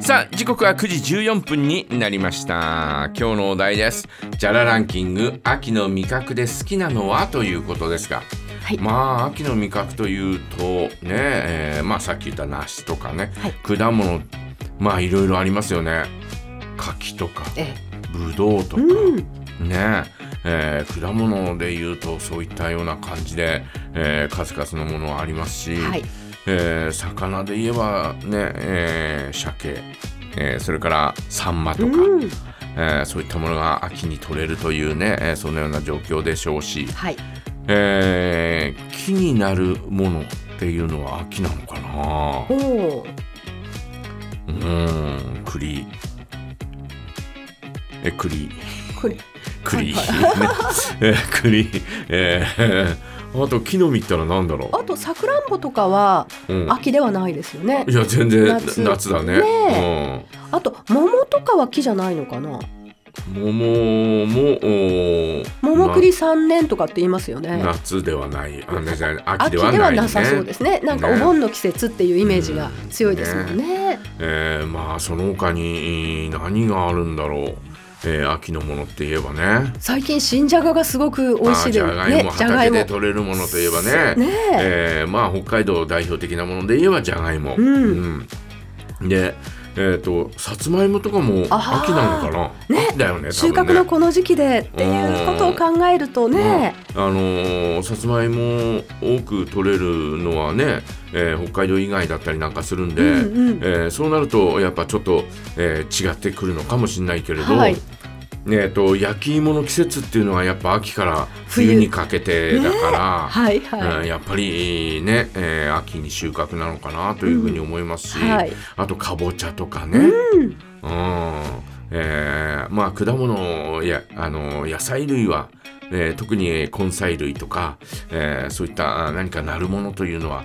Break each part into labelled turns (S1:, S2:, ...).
S1: さあ時刻は9時14分になりました今日のお題ですじゃらランキング秋の味覚で好きなのはということですが
S2: はい、
S1: まあ秋の味覚というとね、えーまあさっき言った梨とかね、
S2: はい
S1: 果物まあいろいろありますよね柿とか
S2: え
S1: ぶどうとか、
S2: うん
S1: ねえー果物でいうとそういったような感じで、えー数々のものはありますし、
S2: えはい、
S1: えー魚で言えばね、えー鮭、えーそれからサンマとか、
S2: うん
S1: えーそういったものが秋に取れるというね、えーそのような状況でしょうし、
S2: はい、
S1: えー木になるものっていうのは秋なのかな
S2: おお、
S1: うーん栗え栗
S2: これ、
S1: 栗、 ねえー栗、えーあと木の実ったらなんだろ
S2: あとさくらんぼとかは
S1: う、うん、
S2: 秋ではないですよね
S1: い。や全然夏
S2: 夏
S1: だね
S2: ねあと桃とかは木じゃないのかな。
S1: うん、桃もおー
S2: 桃栗三年とかって言いますよ
S1: な
S2: ね。
S1: 夏ではないあねじゃあ秋で
S2: 秋で
S1: はない、ね、
S2: はなさそうですね。なんかお
S1: ね
S2: 盆の季節っていうイメージが強いですもんね。
S1: えーまあその他にえー何があるんだろう、えー秋のものって言えばね
S2: 最近新じゃががすごく美味しいで
S1: まあじゃがいも
S2: ね。じゃが
S1: 畑
S2: いも
S1: で取れるものといえばね
S2: ねえ
S1: えーまあ北海道代表的なもので言えばじゃがいも、
S2: うん
S1: うんでえっ、とさつまいもとかも
S2: あー
S1: 秋なのかな、
S2: ね
S1: 秋だよね多
S2: 収
S1: 分
S2: 穫
S1: ね
S2: のこの時期でっていうことを考えるとね、
S1: あのーさつまいも多く取れるのはね、えー北海道以外だったりなんかするんで、
S2: うんうん
S1: えーそうなるとやっぱちょっと、えー違ってくるのかもしれないけれど、
S2: はい
S1: ねえっと焼き芋の季節っていうのはやっぱ秋から
S2: 冬
S1: 冬にかけてだから。
S2: はい
S1: うん
S2: は
S1: やっぱりね、えー秋に収穫なのかなというふうに思いますし、
S2: うんはい
S1: あとかぼちゃとかね、
S2: い、うん、
S1: うんえーまあ果物やあの野菜類は、えー特に根菜類とか、えーそういったあ何かなるものというのは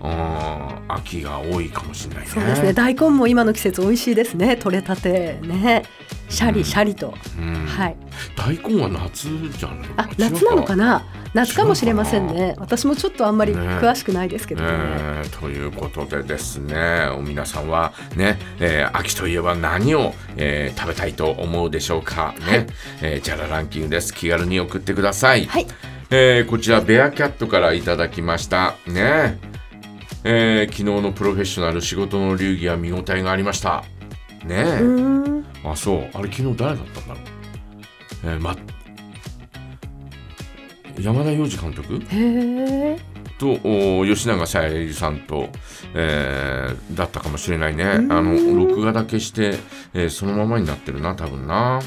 S1: うん秋が多いかもしれないね。
S2: そうですね。大根も今の季節美味しいですね。取れたてね、シャリシャリと、
S1: うん
S2: はい。
S1: 大根は夏じゃないのか
S2: あ、夏なのか
S1: な
S2: な。夏かもしれませんね。私もちょっとあんまり
S1: ね
S2: 詳しくないですけどね。
S1: えーということでですね皆さんはね、えー秋といえば何を、えー食べたいと思うでしょうかね、
S2: はい
S1: えーじゃらランキングです気軽に送ってください、
S2: はい、
S1: えーこちらベアキャットからいただきましたねえー昨日のプロフェッショナル仕事の流儀は見応えがありましたねえ、
S2: うーん、
S1: あそうあれ昨日誰だったんだろうえーま山田洋次監督
S2: へえ、
S1: とお吉永小百合さんと、えーだったかもしれないねあ
S2: ん
S1: の録画だけして、えーそのままになってるな多分な、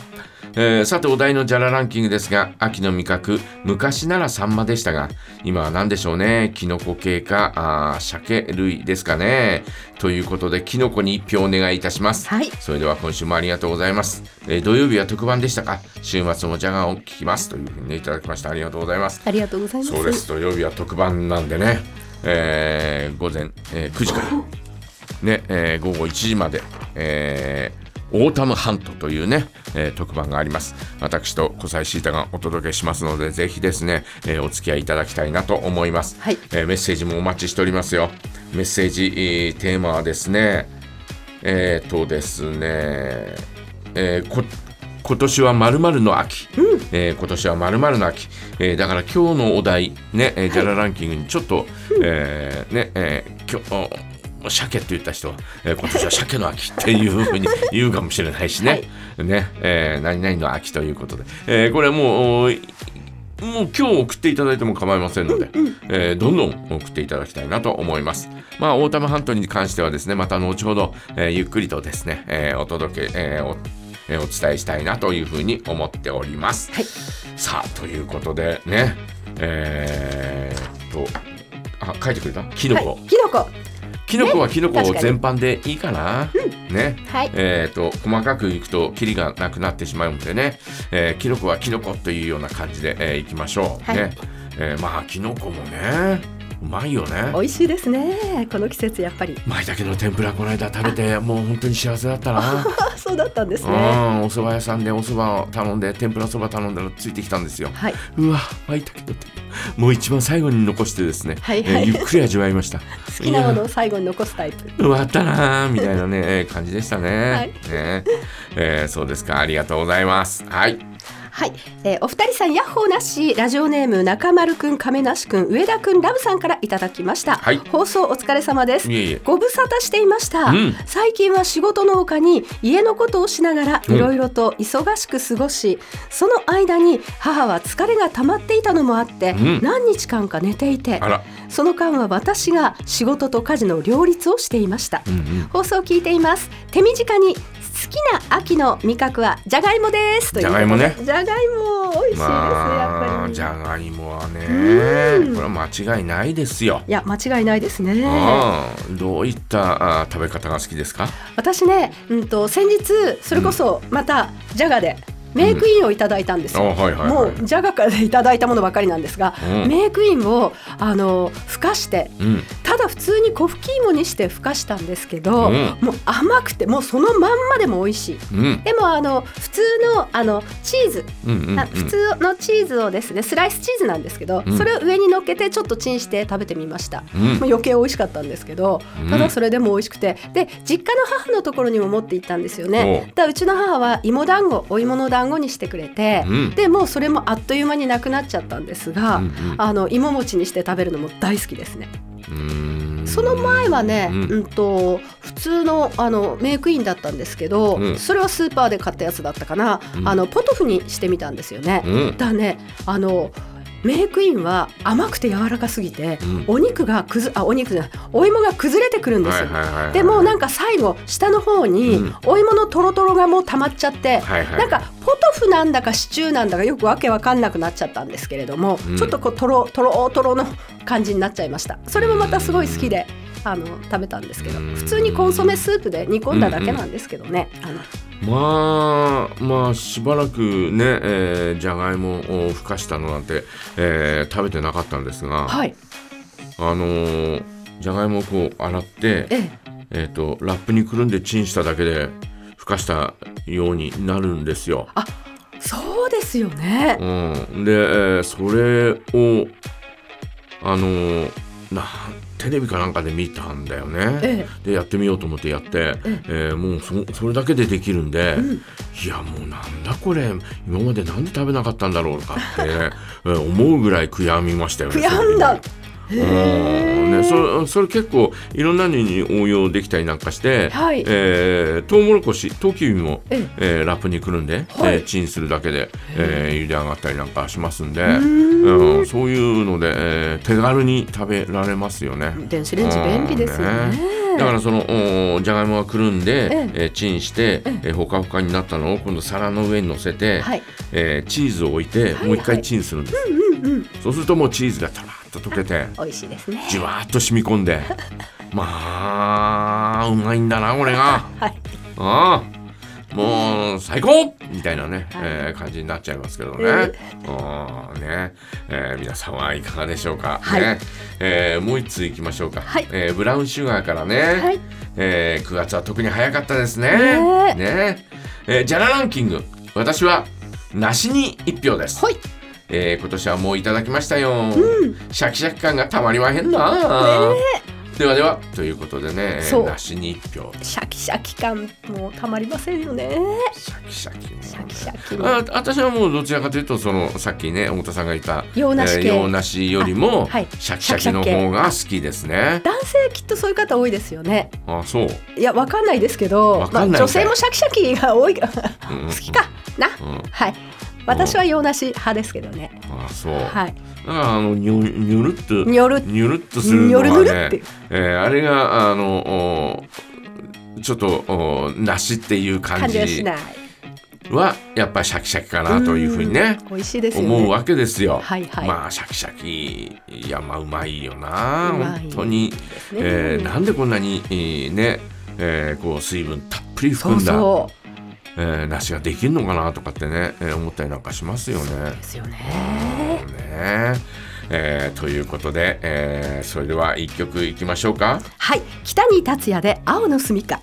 S1: えーさてお題のジャラランキングですが秋の味覚昔ならサンマでしたが今は何でしょうねキノコ系かあー鮭類ですかねということでキノコに一票お願いいたします
S2: はい、
S1: それでは今週もありがとうございます、えー土曜日は特番でしたか週末もジャガーを聞きますというふうにねいただきましたありがとうございます
S2: ありがとうございます。
S1: そうです土曜日は特番なんでね、えー午前、えー9時から、 ねえー午後1時まで、えーオータムハントというね、えー特番があります私と小西シータがお届けしますのでぜひですね、えーお付き合いいただきたいなと思います、
S2: はい
S1: えーメッセージもお待ちしておりますよメッセージ、えーテーマはですねえっ、とですね、えーこ今年は〇〇の秋、えー今年は〇〇の秋、えーだから今日のお題ね、えー、ジャラランキングにちょっと、えーね、えー今日お鮭って言った人は、えー今年は鮭の秋っていうふうに 言うかもしれないしね、ね、えー何々の秋ということで、えーこれはもうおーもう今日送っていただいても構いませんので、えーどんどん送っていただきたいなと思います。まあ、大玉半島に関してはですね、また後ほど、えーゆっくりとですね、えーお届け、えーおえーお伝えしたいなというふうに思っております。
S2: はい、
S1: さあ、ということでね、えーっと、あ、書いてくれたキノコ。
S2: はい、キノコ、
S1: キノコはキノコ
S2: ね確かに
S1: 全般でいいかな。ね。
S2: はい、
S1: えー、と細かくいくとキリがなくなってしまうのでね、えー、キノコはキノコというような感じで、えーいきましょう、
S2: はい
S1: ねえーまあキノコもねうまいよね
S2: 美味しいですねこの季節やっぱり
S1: 舞茸の天ぷらこの間食べてもう本当に幸せだった な
S2: あそうだったんです
S1: う
S2: ね
S1: んお蕎麦屋さんでお蕎麦を頼んで天ぷらそば頼んだらついてきたんですよ
S2: はいう
S1: わ舞茸の天ぷらもう一番最後に残してですね、
S2: はいはい
S1: えーゆっくり味わいました
S2: 好きなものを最後に残すタイプ
S1: 終わったなーみたいなね、えー感じでしたね。
S2: はい
S1: ねえーそうですか。ありがとうございます。はい。
S2: はい、えーお二人さんヤッホーなしラジオネーム中丸くん亀梨くん上田くんラブさんからいただきました、
S1: はい
S2: 放送お疲れ様です
S1: いえいえ。
S2: ご無沙汰していました、
S1: うん
S2: 最近は仕事のほかに家のことをしながら
S1: うん
S2: いろいろと忙しく過ごし、その間に母は疲れが溜まっていたのもあって、
S1: うん
S2: 何日間か寝ていて
S1: あら。
S2: その間は私が仕事と家事の両立をしていました
S1: うんうん。
S2: 放送を聞いています手短に好きな秋の味覚はじゃがいもですとう
S1: じ
S2: ことで
S1: ゃがいもね
S2: じゃがいも美味しいです、
S1: ま
S2: やっぱ
S1: あ
S2: り
S1: じゃがいもはね
S2: うん
S1: これは間違いないですよ。
S2: いや間違いないですね
S1: うんどういったあー食べ方が好きですか。
S2: 私ね、うん、と先日それこそまたじゃがでメイクインをいただいたんです
S1: あ
S2: よ、
S1: はいはい
S2: も
S1: は
S2: うじゃがからいただいたものばかりなんですが、
S1: うん
S2: メイクインをあのふかして
S1: い。うん。
S2: ただ普通に粉吹き芋にしてふかしたんですけど、
S1: うん
S2: もう甘くてもうそのまんまでも美味しい
S1: うん。
S2: でもあの普通のあのチーズ
S1: うんうんうん。
S2: あ普通のチーズをですねスライスチーズなんですけど、
S1: うん
S2: それを上に乗っけてちょっとチンして食べてみました、
S1: うん。
S2: まあ、余計美味しかったんですけど
S1: うん
S2: ただそれでも美味しくてで実家の母のところにも持って行ったんですよ
S1: おう
S2: ねだからうちの母は芋団子お芋の団子にしてくれて、
S1: うん
S2: でもうそれもあっという間になくなっちゃったんですが、
S1: うんうん
S2: あの芋餅にして食べるのも大好きですね
S1: うーん
S2: その前はね、
S1: う
S2: うんんと普通のあのメイクインだったんですけど、
S1: うん
S2: それはスーパーで買ったやつだったかな、
S1: うん
S2: あのポトフにしてみたんですよね。
S1: うん。
S2: だねあのメイクインは甘くて柔らかすぎて、
S1: うん
S2: お肉がくずあお肉じゃないお芋が崩れてくるんですよ。
S1: はいはいはいはい
S2: でもなんか最後下の方に、
S1: うん
S2: お芋のとろとろがもう溜まっちゃって、
S1: はいはい。
S2: なんかポトフなんだかシチューなんだかよくわけわかんなくなっちゃったんですけれども、
S1: うん
S2: ちょっとこうとろとろとろの感じになっちゃいましたそれもまたすごい好きで、あの食べたんですけど
S1: うん
S2: 普通にコンソメスープで煮込んだだけなんですけどね、あの
S1: まあまあしばらくね、えー、じゃがいもをふかしたのなんて、えー食べてなかったんですが、
S2: はい
S1: あのーじゃがいもをこう洗って
S2: え
S1: え、
S2: え
S1: ー、とラップにくるんでチンしただけでふかしたようになるんですよ。
S2: あそうですよね、
S1: うん、で、えーそれをあのーなテレビかなんかで見たんだよね。
S2: え
S1: でやってみようと思ってやって、え
S2: え
S1: ーもうそそれだけでできるんで、
S2: ん
S1: いやもうなんだこれ今までなんで食べなかったんだろうかって、 えー思うぐらい悔やみましたよ
S2: え、悔
S1: ね。
S2: や
S1: その
S2: んだ
S1: 時ねうんね、そそれ結構いろんなのに応用できたりなんかして、
S2: はい
S1: えー、トウモロコシトウキビも、
S2: え
S1: えーラップにくるんで、
S2: はい
S1: えーチンするだけで、えー茹で上がったりなんかしますんで、
S2: ん
S1: うんそういうので、えー手軽に食べられますよね。
S2: 電子レンジ便利ですよね
S1: うんだからそのおじゃがいもがくるんで、
S2: え
S1: えーチンして、えーほかほかになったのを今度皿の上に乗せて、
S2: はい
S1: えーチーズを置いて、
S2: はい
S1: もう一回チンするんです、そうするともうチーズがたらっと溶けて
S2: 美味しいですね
S1: じわーっと染み込んで まあうまいんだなこれが
S2: はい
S1: ああもう最高みたいなね、
S2: はい
S1: えー感じになっちゃいますけどね。
S2: え
S1: あーねえー皆さんはいかがでしょうか、
S2: はい
S1: ねえーもう一通いきましょうか、
S2: はい
S1: えーブラウンシュガーからね、
S2: はい
S1: えー9月は特に早かったですね。
S2: ねえ
S1: ねえーじゃらランキング私は梨に1票です。
S2: ほい
S1: えー今年はもういただきましたよ、シャキシャキ感がたまりまへんな、ではではということでね、えー
S2: そう
S1: 梨に1票
S2: シャキシャキ感もうたまりませんよね
S1: シャキシャキもね
S2: シャキシャキも
S1: あ私はもうどちらかというとそのさっきね太田さんが言った
S2: 洋梨系
S1: えー洋梨よりも、
S2: あはい
S1: シャキシャキの方が好きですね
S2: 男性きっとそういう方多いですよね
S1: あそう、
S2: いやわかんないですけど
S1: わかんない
S2: まあ、女性もシャキシャキが多いから
S1: うん
S2: 好きかな、
S1: うん、
S2: はい私は洋梨派ですけどね、
S1: あそう、
S2: はい
S1: だからあのにょにょるっと
S2: にょるっ
S1: にょるっとするの
S2: にょるぐ
S1: が
S2: るって
S1: ね、えーあれがあのおちょっとお梨っていう感
S2: 感じ
S1: じ
S2: はしない
S1: はやっぱシャキシャキかなというふうにね
S2: うん美味しいですよね
S1: 思うわけですよ。
S2: はいはい
S1: まあシャキシャキいやまあうまいよな
S2: うまい
S1: 本当に、
S2: ね
S1: えーなんでこんなにえーね、えーこう水分たっぷり
S2: そ
S1: 含
S2: うん
S1: だ
S2: そ
S1: えー梨ができるのかなとかってね、えー思ったりなんかしますよね。
S2: うですよね
S1: ねえーということで、えーそれでは一曲いきましょうか。
S2: はい北に達也で青の住みか